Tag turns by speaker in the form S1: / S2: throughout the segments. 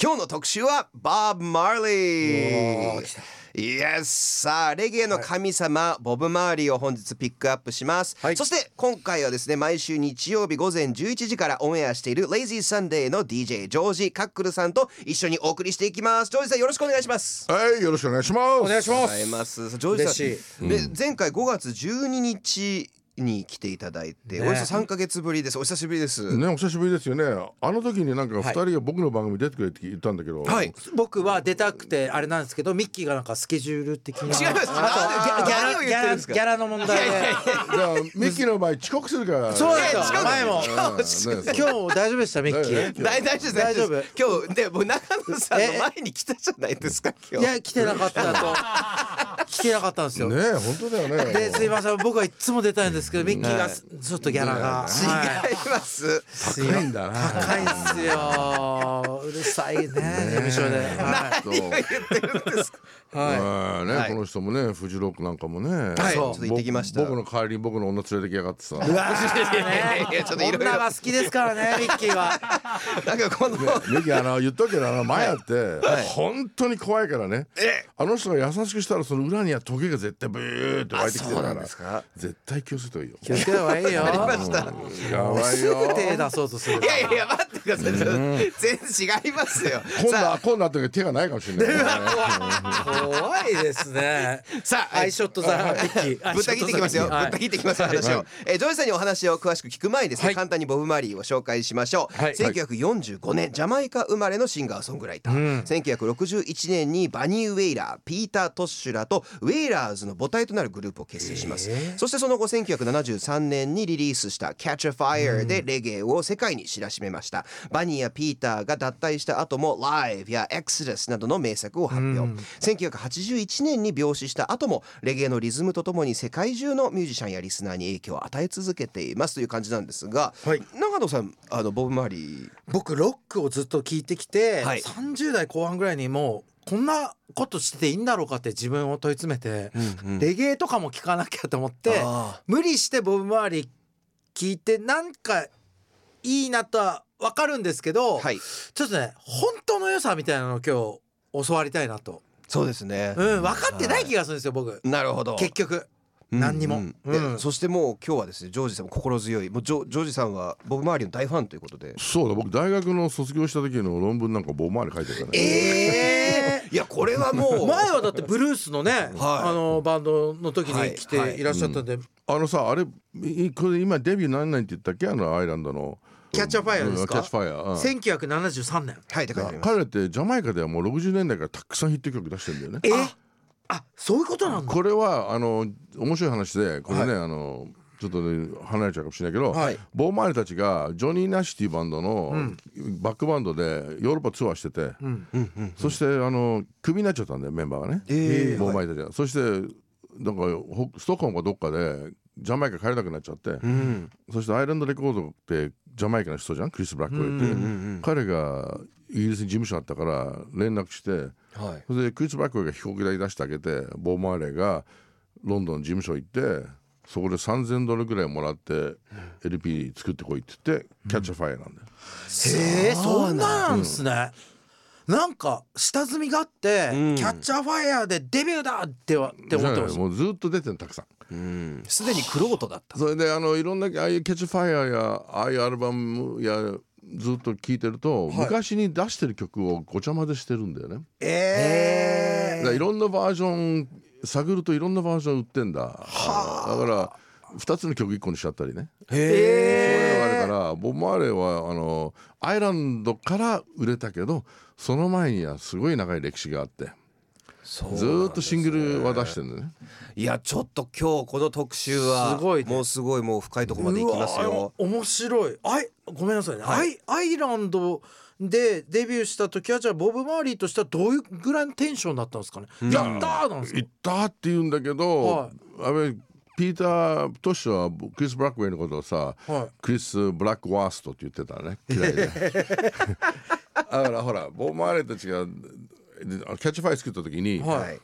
S1: 今日の特集はボブ・マーリ
S2: おー
S1: ー
S2: 来た
S1: イエスさあレゲエの神様、ボブ・マーリーを本日ピックアップします、
S2: はい
S1: そして今回はですね毎週日曜日午前11時からオンエアしている「レイジーサンデー」の DJ ジョージ・カックルさんと一緒にお送りしていきますジョージさんよろしくお願いします
S3: はい、よろしくお願いします。
S2: お願いし
S1: お
S2: ま
S1: はようござい
S2: す
S1: ますさあジョージさん
S2: 嬉し
S1: で前回5月12日に来ていただいて、
S2: ね
S1: およそ3か月ぶりですお久しぶりです、
S3: ね、お久しぶりですよね。あの時になんか二人が僕の番組出てくれって言ったんだけど、
S1: はい
S2: 僕は出たくてあれなんですけどミッキーがなんかスケジュール的な
S1: 違います
S2: あ
S1: あ
S2: とギャ
S1: 何を
S2: ギ
S1: 言ってる
S2: ャ
S1: ん
S2: ラ
S1: です
S2: ギ
S1: か
S2: ャラの問題で
S3: じゃあミッキーの場合遅刻するから。
S2: そうなんです
S1: いや違
S2: よ
S1: う
S2: 前も
S3: うんね
S2: 今日大丈夫でしたミッキ
S3: ね
S2: ー
S1: 大大丈夫です
S2: 大丈夫
S1: 夫今日でも中野さんの前に来たじゃないですか今日
S2: いや来てなかったと来てなかったんですよ
S3: ね、本当だよね。
S2: ですいません僕はいつも出たいんですけどミッキーがちょっとギャラがはい
S1: 違います
S3: 高いんだな。
S2: 高いんすようるさいね事務所では
S3: そう
S2: いは
S3: はいね、
S1: はい
S3: この人もね、フジロックなんかもね。
S1: はい
S2: そう
S1: ちょっと行ってきました
S3: 僕の代わりに僕の女連れてきやがってさ。
S2: い
S3: ミ
S2: うわー
S1: いやいやちょっと
S2: ね
S1: いろいろ
S2: 女が好きですからねミッキーは
S1: なんかこの
S3: ッキーあの言っとくけどあの前やって本当に怖いからねあの人が優しくしたらその裏にはトゲが絶対ブーって湧いてきてる
S1: あそうな
S3: か
S1: んですから
S3: 絶対気をつけた方がいいよ
S2: 気をつけた方がい いよ
S1: ありました
S3: やばい
S2: すぐ
S3: よ
S2: 手出そうとする
S1: いやいや待ってくださいちょっと全然違いますよ
S3: 今度
S1: さ
S3: は今度会った時手がないかもしれないからね
S2: 怖いですね
S1: さあ
S2: アイショットザミッキー
S1: ぶった切ってきますよ。ぶ
S2: はい
S1: った切ってきますよ話を。えージョージさんにお話を詳しく聞く前にですね、
S2: はい
S1: 簡単にボブ・マーリーを紹介しましょう。
S2: はい
S1: 1945年ジャマイカ生まれのシンガーソングライター。1961年にバニー・ウェイラー、ピーター・トッシュらとウェイラーズの母体となるグループを結成します。そしてその後1973年にリリースした Catch a Fire でレゲエを世界に知らしめました。バニーやピーターが脱退した後も Live や Exodus などの名作を発表。1981年に病死した後もレゲエのリズムとともに世界中のミュージシャンやリスナーに影響を与え続けていますという感じなんですが、
S2: はい
S1: 長野さんあのボブ・マーリ
S2: 僕ロックをずっと聞いてきて、
S1: はい
S2: 30代後半ぐらいにもうこんなことしてていいんだろうかって自分を問い詰めて、
S1: ー、
S2: レゲエとかも聞かなきゃと思って
S1: あ
S2: 無理してボブ・マーリー聞いてなんかいいなとは分かるんですけど、
S1: ーはい
S2: ちょっとね本当の良さみたいなのを今日教わりたいなと、
S1: そうですね、
S2: うん、分かってない気がするんですよ僕
S1: なるほど
S2: 結局。
S1: うん
S2: 何に
S1: う
S2: も
S1: ん
S2: うん
S1: でそしてもう今日はですねジョージさんも心強いもうジョジョージさんはボブ・マーリーの大ファンということで
S3: そうだ僕大学の卒業した時の論文なんかボマーリ書いてるからね
S1: ええいやこれはもう
S2: 前はだってブルースのね、あのバンドの時
S1: は
S2: に
S1: い
S2: 来ていらっしゃったんで、
S3: あのさあれいこれ今デビュー何年って言ったっけあのアイランドの
S2: キャッチャーファイアですか
S3: うんキャッチャーファイアうん
S2: 1973年
S1: はいって書いてあります
S3: 彼らってジャマイカではもう60年代からたくさんヒット曲出してるんだよね
S2: えあそういうことなんだ
S3: これはあの面白い話でこれね、あのちょっとね離れちゃうかもしれないけど、
S2: はい
S3: ボーマーリたちがジョニー・ナッシュっていうバンドのバックバンドでヨーロッパツアーしてて、そしてあのクビになっちゃったんだよメンバーがね、
S1: えー
S3: ボーマーリたちが、そしてなんかほストックホルムかどっかでジャマイカ帰れなくなっちゃって、
S1: うん
S3: そしてアイランドレコードってジャマイカの人じゃんクリス・ブラックウェイって、彼がイギリスに事務所あったから連絡して
S1: はい
S3: それでクリス・ブラックウェイが飛行機代出してあげてボー・マーレーがロンドン事務所行ってそこで3,000ドルぐらいもらって LP 作ってこいって言ってキャッチャーファイアなんだよ。
S2: へえそんななんすね、なんか下積みがあって、キャッチャーファイヤーでデビューだってはって思ってま
S3: じゃあ
S2: し
S3: ねもうずっと出てるたくさん。
S1: うんすでにクロートだった
S3: それであのいろんなああいうキャッチャーファイアやああいうアルバムやずっと聴いてると、昔に出してる曲をごちゃ混ぜしてるんだよね。
S2: たえ
S3: だからいろんなバージョン探るといろんなバージョン売ってんだ。だから2つの曲1個にしちゃったりね。そう
S2: え
S3: いうのがあるからボブ・マーレーはあのアイランドから売れたけどその前にはすごい長い歴史があってずーっとシングルは出してるんだね
S1: いやちょっと今日この特集は
S2: すごいね
S1: もうすごいもう深いところまでいきます
S2: う
S1: よ
S2: わ面白いあいごめんなさいね、
S1: は
S2: アイアイランドでデビューした時はじゃあボブ・マーリーとしてはどういうぐらいのテンションだったんですかね、やったーなんですか
S3: 行ったって言うんだけど、
S2: は
S3: あれピーター・トッシュはクリス・ブラックウェイのことをさ、
S2: はい
S3: クリス・ブラックワーストって言ってたね嫌いでだからほらボブ・マーレーたちがあのキャッチファイ作った時に、
S2: はい、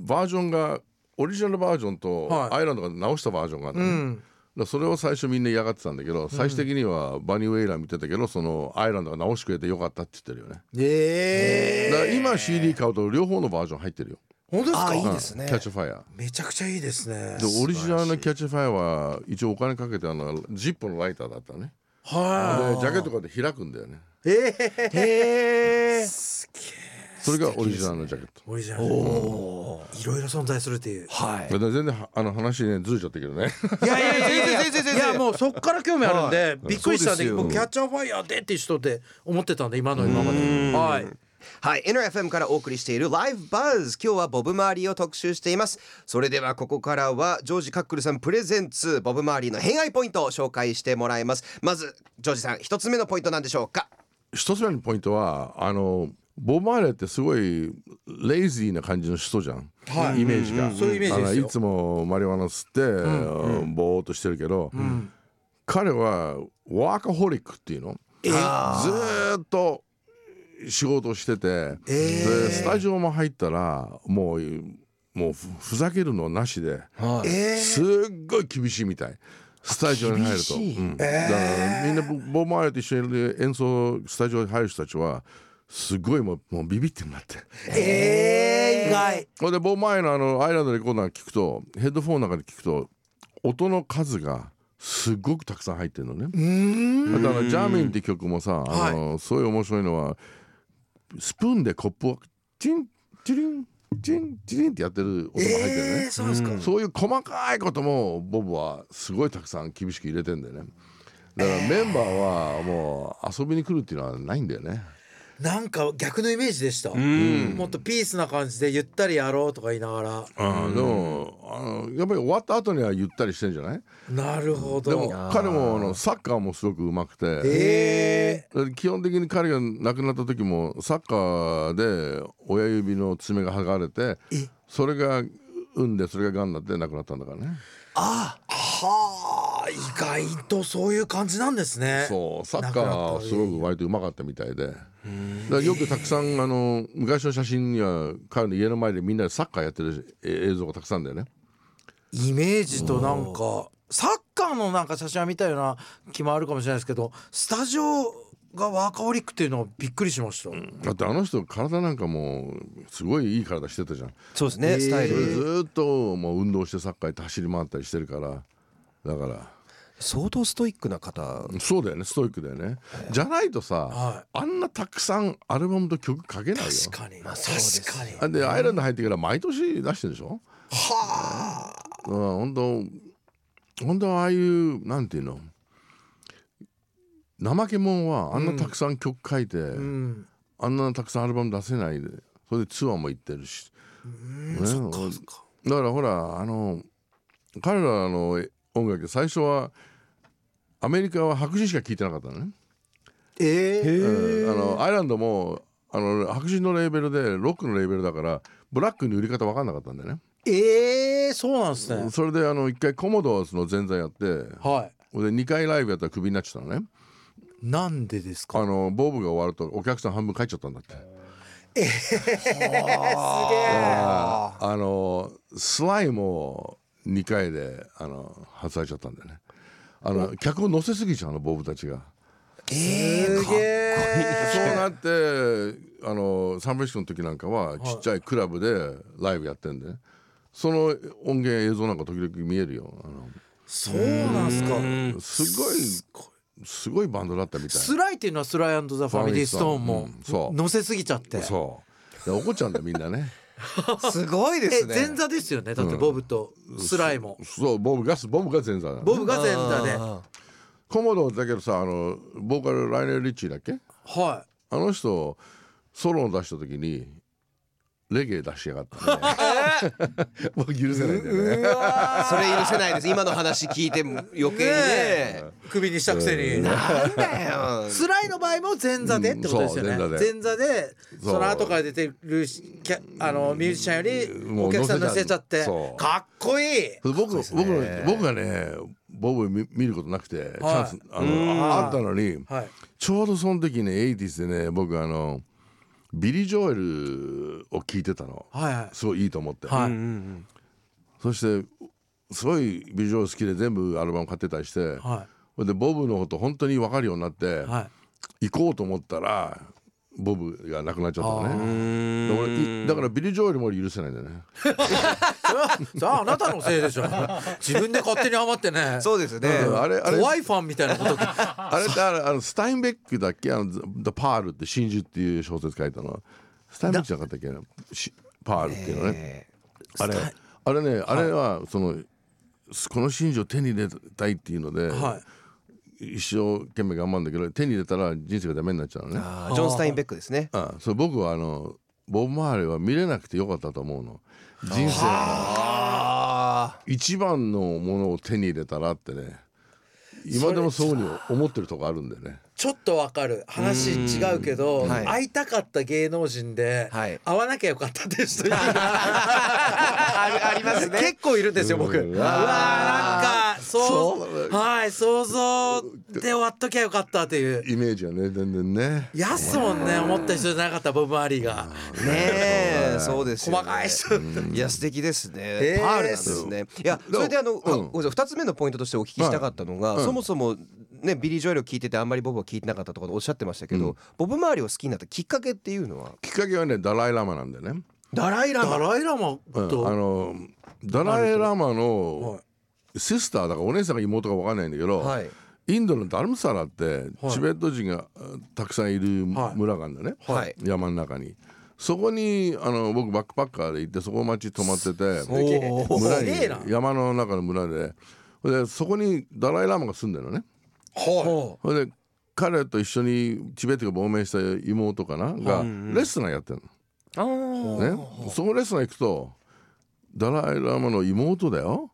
S3: バージョンがオリジナルバージョンと
S2: はい
S3: アイランドが直したバージョンがあるのね、らそれを最初みんな嫌がってたんだけど最終的にはバニー・ウェイラー見てたけどそのアイランドが直してくれてよかったって言ってるよね
S2: え
S3: だから今 CD 買うと両方のバージョン入ってるよ
S2: 本当ですか
S1: あいい
S3: うん
S1: ですね
S3: キャッチファイア
S2: めちゃくちゃいいですね
S3: でオリジナルのキャッチファイアは一応お金かけてあのジッポのライターだったねで
S2: は
S3: ジャケットからで開くんだよね
S2: いええ
S1: へえ
S2: すげえ
S3: それがオリジナルのジャケット
S2: オリジナルいろいろ存在するっていう
S1: は
S3: だから全然はあの話ねずれちゃったけどね
S1: いいやいやいやいやいや
S2: いやもうそっから興味あるんでびっくりしたん
S1: そうです
S2: で
S1: よ
S2: 僕キャッチャーファイヤーでって人で思ってたんで今の今まではい
S1: はい NRFM からお送りしている「ライブバズ今日はボブ・マーリーを特集していますそれではここからはジョージ・カックルさんプレゼンツボブ・マーリーの偏愛ポイントを紹介してもらいますまずジョージさん一つ目のポイントなんでしょうか
S3: 一つ目のポイントはあのボブ・マーレってすごいレイジーな感じの人じゃん、
S2: はい
S3: イメージが、
S2: そういうイメージですよ
S3: あのいつもマリワナ吸って、ぼーっとしてるけど、彼はワーカホリックっていうのずーっと仕事をしてて、でスタジオも入ったらもうもうふふざけるのなしで、すっごい厳しいみたいスタジオに入ると、うんだからみんなボボーマーレと一緒に演奏スタジオに入る人たちはすごいもうもうビビってんだって。
S2: ええ意外
S3: それでボーマーレのあのアイランドレコーダー聞くとヘッドフォンの中で聞くと音の数がすごくたくさん入ってるのね。だから「ジャーミン」って曲もさあの、すごい面白いのはスプーンでコップをチンチリンチンチリンってやってる音が入ってるね。
S2: ええそうですか
S3: そういう細かいこともボブはすごいたくさん厳しく入れてんだよねだからメンバーはもう遊びに来るっていうのはないんだよね
S2: なんか逆のイメージでしたもっとピースな感じでゆったりやろうとか言いながら
S3: あでもあのやっぱり終わった後にはゆったりしてんじゃない
S2: なるほど
S3: でも彼もあのサッカーもすごくうまくて、
S2: ええ
S3: 基本的に彼が亡くなった時もサッカーで親指の爪が剥がれてそれが産んでそれががんになって亡くなったんだからね
S2: はあ意外とそういう感じなんですね
S3: そうサッカーすごく割とうまかったみたいでだからよくたくさんあの昔の写真には彼の家の前でみんなでサッカーやってるえ映像がたくさんだよね
S2: イメージとなんかサッカーのなんか写真は見たような気もあるかもしれないですけどスタジオがワーカーホリックっていうのはびっくりしました、
S3: だってあの人体なんかもうすごいいい体してたじゃん
S1: そうですねスタイ
S3: それずーっともう運動してサッカーやって走り回ったりしてるからだから
S1: 相当ストイックな方
S3: そうだよねストイックだよねじゃないと
S2: は
S3: さあんなたくさんアルバムと曲かけないよ
S2: 確かに、
S1: そうです
S2: 確かに
S3: あでアイランド入ってから毎年出してるでしょ
S2: はあ
S3: うん本当本当ああいうなんていうの怠け者はあんなたくさん曲書いて、
S2: うん
S3: あんなたくさんアルバム出せないでそれでツアーも行ってるし、ね
S2: そっかそっか
S3: だからほらあの彼らの音楽最初はアメリカは白人しか聴いてなかったのね、
S2: ええ
S3: うんあのアイランドもあの白人のレーベルでロックのレーベルだからブラックに売り方分かんなかったんだよね、
S2: ええそうなんですね、
S3: それであの一回コモドーズの前座やって
S2: はい
S3: で2回ライブやったらクビになっちゃったのね
S2: なんでですか
S3: あのボブが終わるとお客さん半分帰っちゃったんだってあのスライも2回であの発売しちゃったんだよねあの客を乗せすぎちゃうのボブたちが
S2: すげえ
S3: そうなってあのサンフレッシュの時なんかはちっちゃいクラブでライブやってんで、ね、その音源映像なんか時々見えるよあ
S2: そうなんすか
S3: のすごいすごいバンドだったみたい
S2: スライっていうのはスライザ・ファミリーストーンも
S3: うんそう
S2: 乗せすぎちゃって、
S3: そうで怒っちゃうんだよみんなね
S1: すごいで
S2: え前座ですよねだってボブとスライも、
S3: そうボブがボブが前座なの
S2: ボブが前座で
S3: コモドだけどさあのボーカルライネル・リッチーだっけ
S2: はい
S3: あの人ソロを出した時にレゲエ出しやがった、ね、 もう許せないんだ よね
S1: それ許せないです今の話聞いても余計にね
S2: クビにしたくせに、
S1: なんだよ
S2: スライの場合も前座でってことですよね、
S3: うんそう前座で
S2: 前座で
S3: そう
S2: その後から出てるしキャあのミュージシャンより
S3: もう
S2: お客さん乗せちゃって
S3: そう
S2: かっこいい
S3: 僕僕の僕がねボブ見見ることなくて、チャンスあのあったのに、
S2: はい
S3: ちょうどその時ね 80s でね僕あのビリー・ジョエルを聞いてたの
S2: はいはい
S3: すごいいいと思って、
S2: はい
S1: うん
S3: そしてすごいビジュアル好きで全部アルバム買ってたりして
S2: は
S3: それでボブのこと本当に分かるようになって、
S2: いはい
S3: 行こうと思ったらボブが亡くなっちゃったの
S1: う
S3: ね
S1: ー
S3: で
S1: ん
S3: 俺いだからビリー・ジョエルも許せないんだよね
S2: さああなたのせいでしょ自分で勝手にハマって ね
S1: そうですね。
S3: うんあれあれ
S2: 怖いファンみたいなこと
S3: あれってあれあのスタインベックだっけあの「The パール」って「真珠」っていう小説書いたのスタインベックじゃなかったっけなしパールっていうのね
S1: え
S3: あれあれねあれはそのすこの真珠を手に入れたいっていうので、
S2: はい
S3: 一生懸命頑張るんだけど手に入れたら人生がダメになっちゃうのね
S1: ーあージョン・スタインベックですね。
S3: ああそう僕はあのボブ・マーレーは見れなくてよかったと思うの人生
S1: あ
S3: 一番のものを手に入れたらってね今でもそういうふうに思ってるとこあるんだよね
S2: ちょっとわかる話違うけど、
S1: はい
S2: 会いたかった芸能人で、
S1: はい
S2: 会わなきゃよかったって 人いる
S1: あありますね。
S2: 結構いるんですよ僕
S3: うん
S2: うわーなんかそう
S3: そう
S2: はい想像で終わっときゃよかったっていう
S3: イメージはね全然ね
S2: やっすもんね思った人じゃなかったボブ・マーリーが
S1: ねえ、そうですよ、ね。
S2: 細かい人
S1: いや素敵ですね、
S2: えー
S1: パールなんですねいやそれであの、あ
S3: うん
S1: ごめんなさい2つ目のポイントとしてお聞きしたかったのが、
S3: いうん
S1: そもそもねビリー・ジョエルを聞いててあんまりボブは聞いてなかったとかおっしゃってましたけど、ボブ周りを好きになったきっかけっていうのは
S3: きっかけはねダライ・ラマなんだよね、
S2: ダライラマダライラマ
S3: うん
S2: と、
S3: あのダライ・ラマ
S2: は
S3: の
S2: い
S3: シスターだからお姉さんか妹か分かんないんだけど、
S1: はい
S3: インドのダルムサラって
S2: はい
S3: チベット人があたくさんいる
S2: はい
S3: 村があるんだね、
S1: はい
S3: 山の中にそこにあの僕バックパッカーで行ってそこの町泊まってて
S2: おー
S3: 村
S2: すげえな
S3: に山の中の村ででそこにダライ・ラマが住んでるのね
S2: は
S3: それで彼と一緒にチベットが亡命した妹かながレストランやってる
S1: あー
S3: の、ね、そのレストラン行くとダライ・ラマの妹だよ、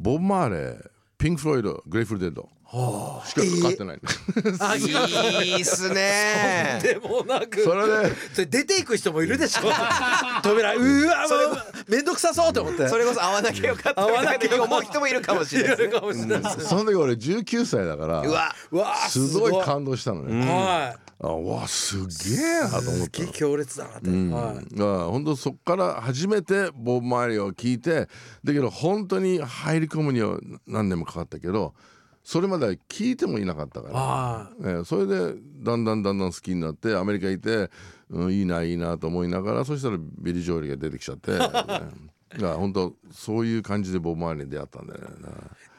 S3: ボブ・マーレーピンク・フロイドグレイフル・デッドしかかかってない、
S1: いいっすね
S2: いでもなく
S3: それで
S2: それ出ていく人もいるでしょ 扉うわもうめんどくさそうと思って
S1: それこそ会わなきゃよかったみ
S2: 会わな
S1: た
S2: き
S1: い
S2: ゃ
S1: な
S2: よか
S1: 思う人もいるかもしれない
S2: い
S1: です
S2: る
S1: ね
S2: かもしれないです
S3: その時俺19歳だから
S1: うわ
S2: うわー
S3: すごい感動したのね、
S2: は
S3: あわあすげえなと思っ
S2: い
S3: たの
S2: 強烈だなって、
S3: うん
S2: はい
S3: あ本当そこから初めてボブ・マーリーを聞いてだけど本当に入り込むには何年もかかったけどそれまでは聞いてもいなかったから、
S2: あ
S3: ええそれでだんだんだんだん好きになってアメリカ行って、うん、いいないいなと思いながらそしたらビリー・ジョーリーが出てきちゃ って、ね、だから本当そういう感じでボブ・マーリーに出会ったんだよね
S2: ー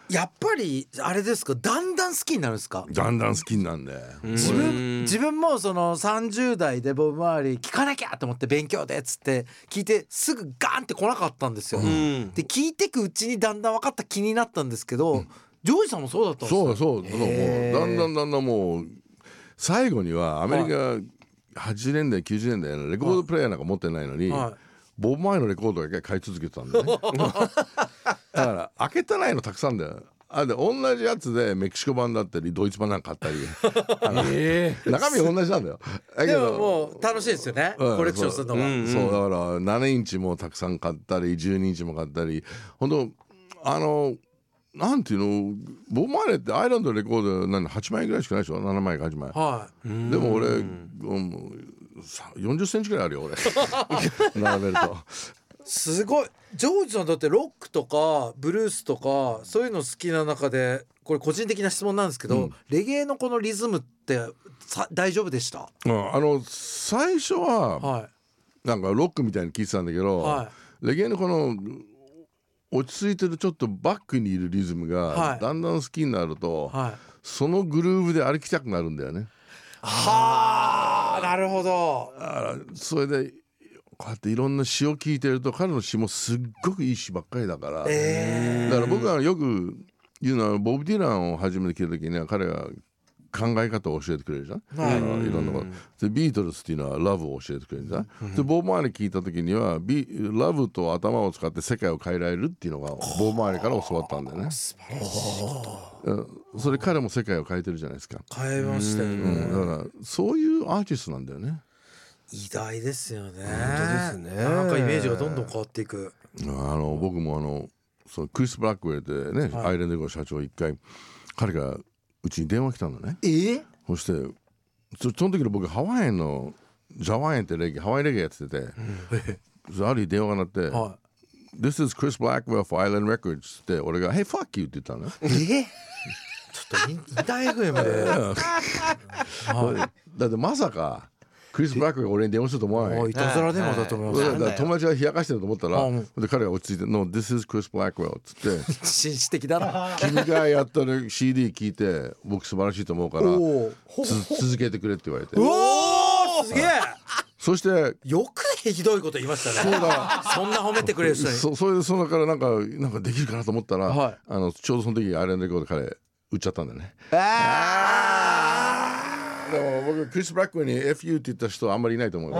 S2: やっぱりあれですかだんだん好きになるんですか
S3: だんだん好きになんで、
S2: 自分自分もその30代でボブ・マーリー聞かなきゃと思って勉強でっつって聞いてすぐガンって来なかったんですよ、
S1: ん
S2: で聞いてくうちにだんだん分かった気になったんですけど、ジョージさんもそうだったんです
S3: そう
S2: よ
S3: だそうだ、もうだんだんだんだんもう最後にはアメリカ80年代90年代のレコードプレイヤーなんか持ってないのに、
S2: はい
S3: ボブ・マーリーのレコードだけ買い続けてたん だねだから開けてないのたくさんだよあで同じやつでメキシコ版だったりドイツ版なんか買っ たりあの中身同じなんだよだけ
S2: で
S3: ど
S2: ももう楽しいですよね、
S3: うん
S2: コレクションするのが、
S3: そうだから7インチもたくさん買ったり12インチも買ったり本当あのなんていうのボブマーレーってアイランドのレコード何8枚ぐらいしかないでしょ7枚か8枚
S2: は
S3: でも俺、うん、さ40センチぐらいあるよ俺 並べると
S2: いすごいジョージさんだってロックとかブルースとかそういうの好きな中でこれ個人的な質問なんですけど、レゲエのこのリズムってさ大丈夫でした
S3: うんあの最初は
S2: は
S3: なんかロックみたいに聴いてたんだけど、
S2: は
S3: レゲエのこの落ち着いてるちょっとバックにいるリズム
S2: は
S3: が
S2: い
S3: だんだん好きになると、
S2: いはい
S3: そのグルーヴで歩きたくなるんだよね
S2: はあなるほど
S3: あらそれでこうやっていろんな詩を聞いてると彼の詩もすっごくいい詩ばっかりだから、
S2: え
S3: だから僕はよく言うのはボブ・ディランを初めて聞いた時には彼が考え方を教えてくれるじゃん、
S2: はい
S3: あのいろんなことでビートルズっていうのはラブを教えてくれるじゃん、でボブ・マーレー聞いた時にはビラブと頭を使って世界を変えられるっていうのがボブ・マーレーから教わったんだよねうんそれ彼も世界を変えてるじゃないですか、
S2: ー変えましたよ
S3: う
S2: ね
S3: ん、だからそういうアーティストなんだよね
S2: 偉大ですよね
S1: 当ですね
S2: なんかイメージがどんどん変わっていく
S3: あの僕もあのそのクリス・ブラックウェルでね、アイレンド号の社長一回彼がうちに電話来たんだね
S2: えー、
S3: そしてそその時の僕ハワイのジャワインってレゲエハワイレゲエやってて、それある日電話が鳴って、
S2: は
S3: This is Chris Blackwell for Island Records って俺が「Hey fuck you」って言ったのね。
S2: えちょっとインター FM で
S3: だってまさかクリス・ブラックが俺に電話すると思わない。
S2: もういたずら電話だと思い
S3: 俺
S2: ま
S3: だから友達が冷やかしてると思ったら、
S2: うん
S3: で彼が落ち着いて「No this is Chris Blackwell」っつって
S2: す 紳士的だな
S3: 君がやった CD 聞いて僕素晴らしいと思うから
S2: おーほ
S3: つ続けてくれって言われて
S2: おーすげえ
S3: そして
S2: よくひどいこと言いましたねそんな褒めてくれる人に
S3: そそれでそのからなんかなんかできるかなと思ったら、
S2: はい
S3: あのちょうどその時アイランドレコード彼売っちゃったんだよね。でも僕クリス・ブラックに「FU」って言った人あんまりいないと思う よ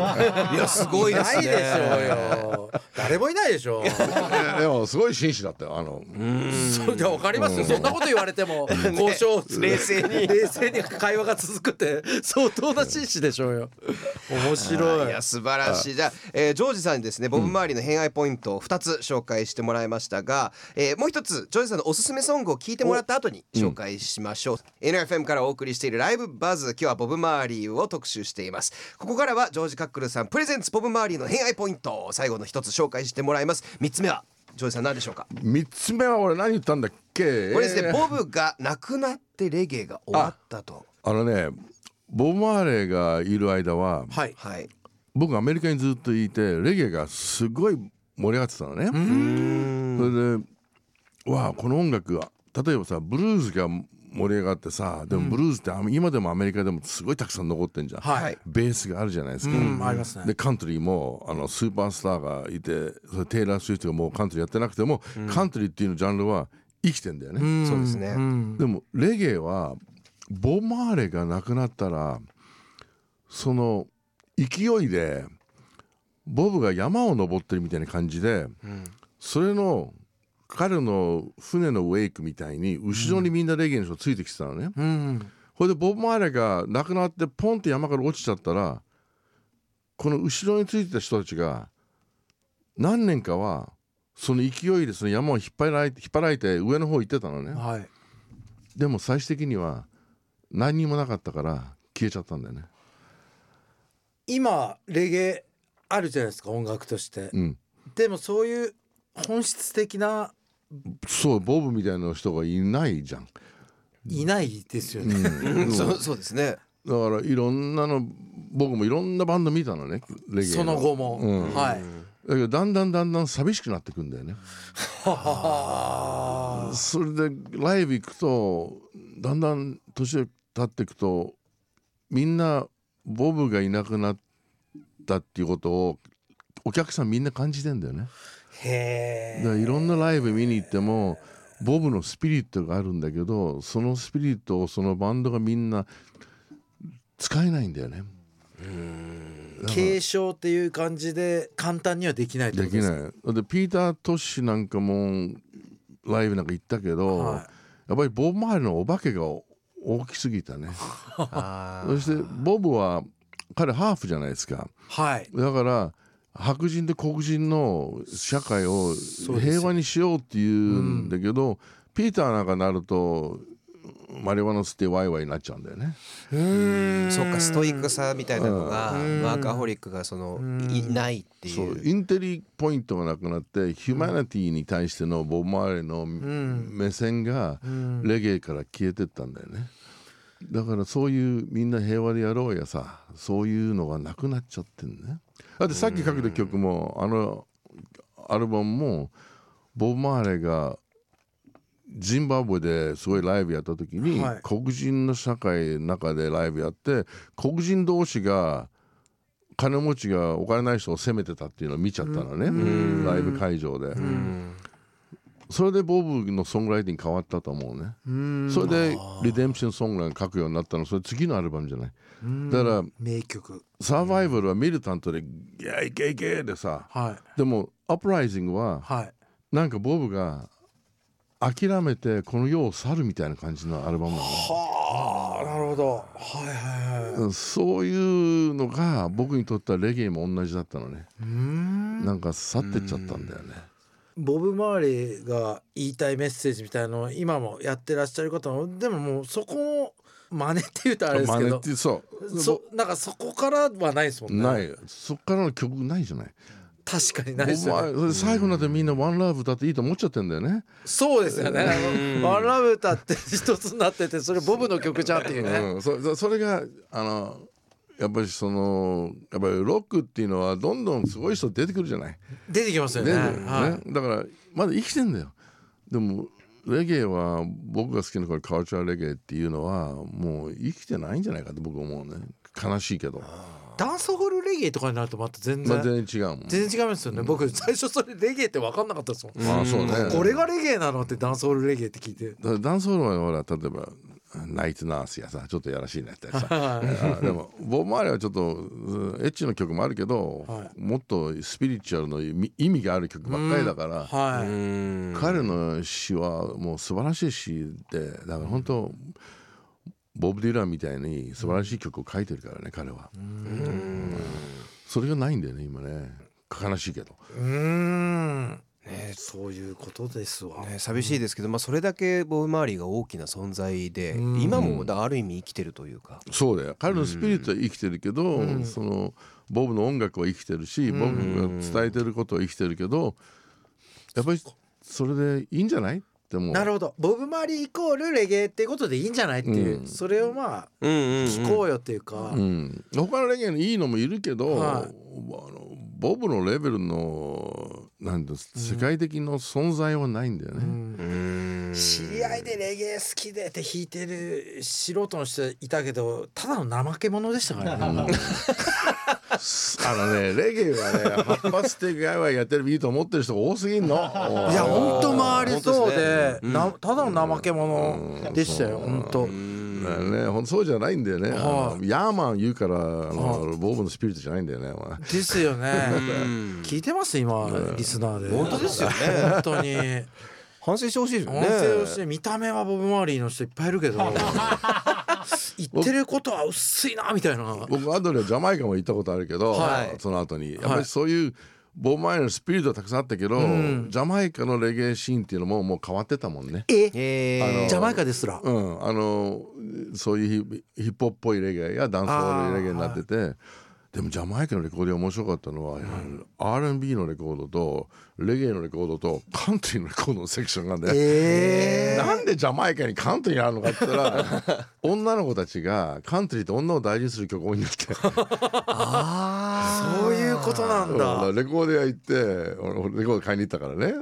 S1: いやすごいです
S2: ない
S1: ね
S2: でしょうよ誰もいないでしょう
S3: でもすごい紳士だったよあの
S2: それでわかりますよそんなこと言われて も交渉
S1: 冷静に
S2: 冷静に会話が続くって相当な紳士でしょうよ面白
S1: い
S2: い
S1: や素晴らしいじゃあ、えージョージさんにですねボブ周りの偏愛ポイントを2つ紹介してもらいましたが、えーもう一つジョージさんのおすすめソングを聞いてもらった後に紹介しましょう、NFM からお送りしている「ライブバズ」今日はボブ周りを特集していますここからはジョージ・カックルさんプレゼンツボブ周りの偏愛ポイントを最後の一つ紹介してもらいます3つ目はジョージさん何でしょうか
S3: 3つ目は俺何言ったんだっけ
S1: これですねボブが亡くなってレゲエが終わったと
S3: あのねボブ・マーレーがいる間は
S2: はい
S1: はい
S3: 僕アメリカにずっといてレゲエがすごい盛り上がってたのね。それでわあこの音楽は例えばさブルースが盛り上がってさでもブルースってあ今でもアメリカでもすごいたくさん残ってんじゃん。
S2: はい
S3: ベースがあるじゃないですか。
S2: うんありますね
S3: でカントリーもあのスーパースターがいてそれテイラー・スウィフトがもうカントリーやってなくても、カントリーっていうのジャンルは生きてんだよね。
S1: そうですね、
S3: でもレゲエはボマーレが亡くなったらその勢いでボブが山を登ってるみたいな感じで、それの彼の船のウェイクみたいに後ろにみんなレゲエの人ついてきてたのね。
S2: うん
S3: これでボブ・マーレが亡くなってポンって山から落ちちゃったらこの後ろについてた人たちが何年かはその勢いでその山を引っ張られて引っ張られて上の方行ってたのね。
S2: はい
S3: でも最終的には何にもなかったから消えちゃったんだよね。
S2: 今レゲエあるじゃないですか音楽として
S3: うん、
S2: でもそういう本質的な
S3: そうボブみたいな人がいないじゃん。
S2: いないですよね、
S1: うん そうそうですね
S3: だからいろんなの僕もいろんなバンド見たのねレゲエ
S2: その後も、
S3: うん
S2: はい
S3: だけどだんだんだんだん寂しくなってくんだよね。
S2: は
S3: それでライブ行くとだんだん年を経っていくとみんなボブがいなくなったっていうことをお客さんみんな感じてんだよね。
S2: へ
S3: だ
S2: え
S3: からいろんなライブ見に行ってもボブのスピリットがあるんだけどそのスピリットをそのバンドがみんな使えないんだよね
S2: 継承っていう感じで簡単にはできないって
S3: で
S2: こ
S3: き
S2: とです
S3: ないだってピーター・トッシュなんかもライブなんか行ったけど、
S2: はい
S3: やっぱりボブ・マーレのお化けが大きすぎたねそしてボブは彼ハーフじゃないですか
S2: はい
S3: だから白人と黒人の社会を
S2: うですよ
S3: 平和にしようっていうんだけど、ピーターなんかになるとマリワナ吸ってワイワイになっちゃうんだよね。
S1: そっかストイックさみたいなのがワーカホリックがそのいないって
S3: そ
S1: いうう
S3: インテリポイントがなくなってヒューマニティに対してのボブ・マーレの目線がレゲエから消えてったんだよね。だからそういうみんな平和でやろうやさそういうのがなくなっちゃってんね。だってさっきかけた曲もあのアルバムもボブ・マーレがジンバブエですごいライブやった時に、
S2: はい
S3: 黒人の社会の中でライブやって黒人同士が金持ちがお金ない人を責めてたっていうのを見ちゃったのね、ライブ会場で、それでボブのソングライティング変わったと思うね、それでリデンプションソングライン書くようになったのそれ次のアルバムじゃない、だから
S2: 名曲
S3: サバイバルはミルタントで「いやいけいけ」でさ
S2: はい
S3: でもアップライジングは
S2: はい
S3: なんかボブが諦めてこの世を去るみたいな感じのアルバムなのね
S2: はあなるほどはいはいはい
S3: うんそういうのが僕にとってはレゲエも同じだったのねなんか去ってっちゃったんだよね
S2: ボブ・マーリーが言いたいメッセージみたいのを今もやってらっしゃる方もでももうそこを真似って言うとあれですけ
S3: 真似
S2: ど
S3: ってそう
S2: そなんかそこからはないですもんね
S3: ないそっからの曲ないじゃない
S2: 確かに
S3: お
S2: ないですよね
S3: 前それ最後になってみんな「ワンラブだっていいと思っちゃってんだよね。
S2: そうですよね
S1: うん
S2: ワンラブ歌って一つになっててそれボブの曲じゃんっていうね
S3: うん、そそそれがあのやっぱりそのやっぱりロックっていうのはどんどんすごい人出てくるじゃない。
S2: 出てきますよね
S3: 出てくるよね
S2: は
S3: だからまだ生きてんだよ。でもレゲエは僕が好きなこれカルチャーレゲエっていうのはもう生きてないんじゃないかって僕思うね悲しいけど、
S2: いダンスホールレゲエとかになるとまた全
S3: まあ、
S2: 然
S3: 全然違うもん。
S2: 全然違いますよね僕最初それレゲエって分かんなかったですもん
S3: まあそうね。
S2: これがレゲエなのってダンスホールレゲエって聞いて
S3: だからダンスホールはほら例えばナイトナースやさちょっとやらしいなって さ
S2: はい
S3: あでもボブ・マーリーはちょっとうんエッチの曲もあるけど、
S2: は
S3: もっとスピリチュアルの意味意味がある曲ばっかりだから、
S2: はい
S3: 彼の詩はもう素晴らしい詩でだから本当ボブ・ディランみたいに素晴らしい曲を書いてるからね彼はそれがないんだよね今ね悲しいけど
S2: うーんねそういうことですわ、
S1: ね、寂しいですけど、まあ、それだけボブ・マーリーが大きな存在で、
S2: うん
S1: 今もだある意味生きてるというか、
S3: そうだよ彼のスピリットは生きてるけど、
S2: ん
S3: そのボブの音楽は生きてるし、
S2: ん
S3: ボブが伝えてることは生きてるけどやっぱりそれでいいんじゃないってもう
S2: なるほどボブ・マーリーイコールレゲエっていうことでいいんじゃないっていう、
S3: うん
S2: それをまあ
S1: うんうんうん
S2: 聞こうよっていうか、
S3: うん、他のレゲエのいいのもいるけど、
S2: はい
S3: あのボブのレベルのなんて世界的な存在はないんだよね。
S1: うーん
S2: 知り合いでレゲエ好きでって弾いてる素人の人いたけどただの怠け者でしたから ね、
S3: あのねレゲエはね発発的外はやってるいいと思ってる人が多すぎんの。
S2: いや
S1: あー
S2: ほんと周りそう
S1: 本当で
S2: です
S1: ねうん
S2: なただの怠け
S3: う
S2: 者
S3: ん
S2: でしたよ、
S3: そう
S2: 本当
S1: う
S3: うん
S1: ん
S3: だよね、ほんとそうじゃないんだよね、あの
S2: は
S3: ヤーマン言うからあの、
S2: は
S3: ボブのスピリットじゃないんだよね、お前
S2: ですよね
S1: うん
S2: 聞いてます今リスナーで
S1: 本当ですよね
S2: 本当に
S1: 反省してほしいですよ
S2: 音
S1: ね
S2: 声をして見た目はボブ・マーリーの人いっぱいい るけど言ってることは薄いなみたいな
S3: 僕アドレジャマイカも行ったことあるけど、
S2: はい
S3: その後にやっぱりそういう、ボブ・マーリーのスピリットはたくさんあったけど、
S2: ん
S3: ジャマイカのレゲエシーンっていうのももう変わってたもんね。
S2: え
S1: えー
S2: ジャマイカですら
S3: うん、あのそういうヒヒップホップっぽいレゲエやダンスホールレゲエになってて、でもジャマイカのレコードが面白かったのは、R&B のレコードとレゲエのレコードとカントリーのレコードのセクションなんで、
S2: え
S3: なんでジャマイカにカントリーあるのかって言った ら女の子たちがカントリーって女を大事にする曲多いんだって
S2: そういうことなん
S3: だ
S2: だ
S3: からレコード屋行って俺俺レコード買いに行ったからね、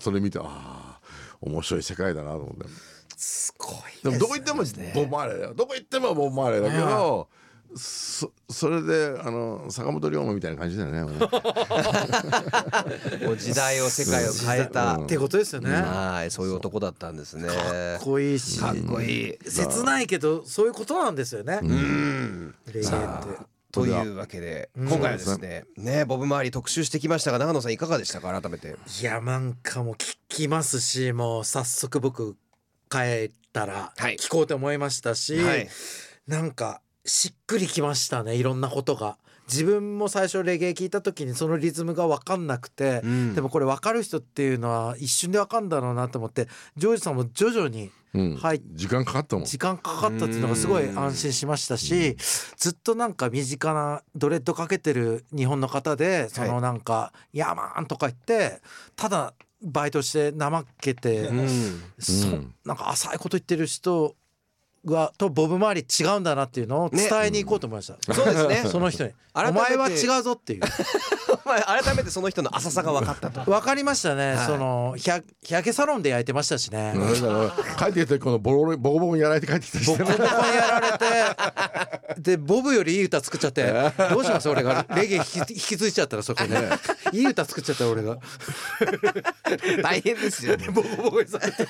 S3: それ見てああ面白い世界だなと思って。
S2: すごい
S3: でも
S2: です
S3: どこ行ってもボブ・マーレーだよどこ行ってもボブ・マーレーだけどそそれであの坂本龍馬みたいな感じだよね俺
S1: もう時代を世界を変えた、
S2: ってことですよねか
S1: はいそういう男だったんですね
S2: っこいいし
S1: かっこいい
S2: 切ないけどそういうことなんですよねレゲエって
S1: というわけで今回はですねねボブ周り特集してきましたが長野さんいかがでしたか改めて
S2: いやなんかもう聞きますしもう早速僕帰ったら
S1: はい
S2: 聞こうと思いましたし、
S1: はい
S2: なんかしっくりきましたねいろんなことが自分も最初レゲエ聞いた時にそのリズムが分かんなくて、
S1: うん
S2: でもこれ分かる人っていうのは一瞬で分かんだろうなと思ってジョージさんも徐々に
S3: うん
S2: はい
S3: 時間かかったもん
S2: 時間かかったっていうのがすごい安心しましたしずっとなんか身近なドレッドかけてる日本の方でそのなんか「ヤーマン!」とか言ってただバイトして怠けて
S1: うん
S2: そ
S3: うん
S2: なんか浅いこと言ってる人がとボブ周り違うんだなっていうのを伝えに行こうと思いました。
S1: そうですね
S2: その人に「お
S1: 改めて
S2: 前は違うぞ」っていう
S1: まあ改めてその人の浅さが分か ったと
S2: 分かりましたね、
S1: はい
S2: その日焼日焼けサロンで焼いてましたしね、
S3: うんだから 帰ってきてこのボロボロボコボコにやられて帰ってきたりし てね
S2: ボコボコにやられてでボブよりいい歌作っちゃってどうします俺がレゲエ引き引き継いちゃったらそこでいい歌作っちゃったら俺が
S1: 大変ですよね
S2: ボコボコにさ れて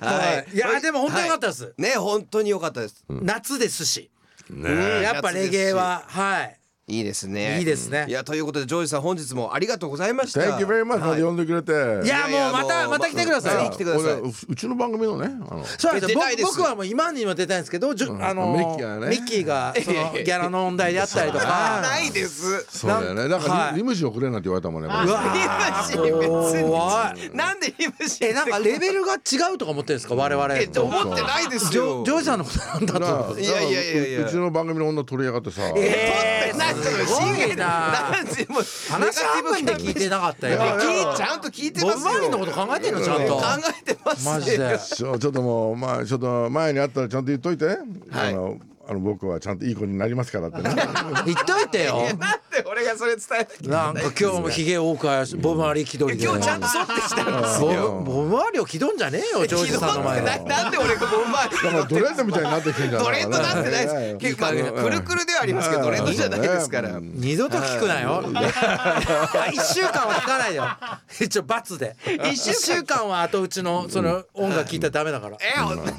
S2: はいいやでも本当良かったです
S1: はいね本当に良かったです
S2: 夏ですし
S1: え
S2: やっぱレゲエははい
S1: いいですね
S2: いいですね
S1: いやということでジョージさん本日もありがとうございました
S3: Thank you very much まで呼んでくれて
S2: いやもうまたまた来てくだ
S1: ぜ
S2: さ
S1: ひ
S2: い
S1: 来てください
S3: 俺うちの番組のねあの
S2: そうなんですよ
S1: 出たいです
S2: 僕僕はもう今には出たいんですけどじゅあの
S3: ミッキーがね
S2: ミッキーがそのギャラの問題であったりと
S1: あ
S2: か
S1: ないです
S3: そうだよねだからリ,、
S2: はい
S3: ムジン送れなんて言われたもんね
S2: う
S3: 僕
S2: わー
S1: リムジン別に
S2: 怖い
S1: なんでリムシン
S2: えなんかレベルが違うとか思ってるんですか我々
S1: え思ってないです
S2: ジョ
S1: よ
S2: ジョージさんのことなんだと思って
S1: いやいやいやいや
S3: うちの番組の女取り上がってさ、
S1: 取ってなんか真剣 なんでもう
S2: 話半分で聞いてなかったよ
S1: いや聞いちゃんと聞いて
S2: ボ
S1: ま
S2: ブ・
S1: す
S2: マーリー
S1: よ
S2: のこと考えてんのちゃんと
S1: 考えてますよ
S2: マジで
S3: そうちょっともうまあちょっと前にあったらちゃんと言っといて、あのあの僕はちゃんといい子になりますからってね
S2: 言っといてよ
S1: えなんで俺がそれ伝えなきゃいけない
S2: なんか今日もひげ多くあやしボブ・マーリー気取りで
S1: 今日ちゃんと剃ってきたんです
S2: ボ
S1: よ
S2: ブボブ・マーリーを気取んじゃねえよジョージさんの前で
S1: ななんで俺がボンバーリー
S3: だから ドレッドみたいになってきてんじゃ
S1: ド
S3: ない
S1: レッドなんてないです結構くるくるではありますけどドレッドじゃないですから
S3: うん
S2: 二度と聞くなよ一週間は聞かないよ一応罰で一週間は後うちのその音楽聞いたらダメだから
S1: えおなんで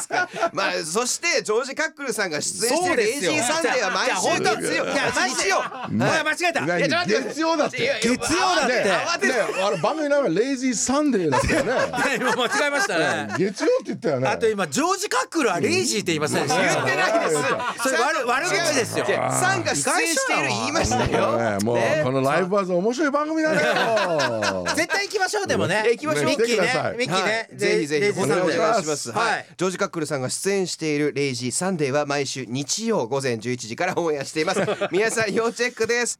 S1: すかまあそしてジョージ・カックルさんが出演してる「レイジーサンデー」は毎週月曜
S2: いやマジで
S1: 日曜
S2: お前間違えた
S3: 何
S1: やちょっと待って
S3: 月曜だって
S1: いやいや
S2: 月曜だって
S1: ね慌て
S3: ね
S1: て
S3: あの番組名はレイジーサンデーだったよね
S2: 今間違えましたね
S3: 月曜って言ったよね
S2: あと今ジョージ・カックルはレイジーって言いませんでした
S1: 言ってないです
S2: それ悪悪口ですよ
S1: 違うサンが出演している言いましたよ
S3: ねもうこのライブバーズ面白い番組だねよ
S2: 絶対行きましょうでもね
S1: 行きましょう
S2: ミッキー
S3: 来てくださ
S2: ね
S3: い
S2: ミッキーね
S1: はいぜひぜ
S2: レイ
S1: ひ
S2: ジ
S1: お
S2: ーさん
S1: 願い
S2: で
S1: します。
S2: はい
S1: はい、ジョージカックルさんが出演しているレイジーサンデーは毎週日曜午前11時からオンエアしています。皆さん要チェックです。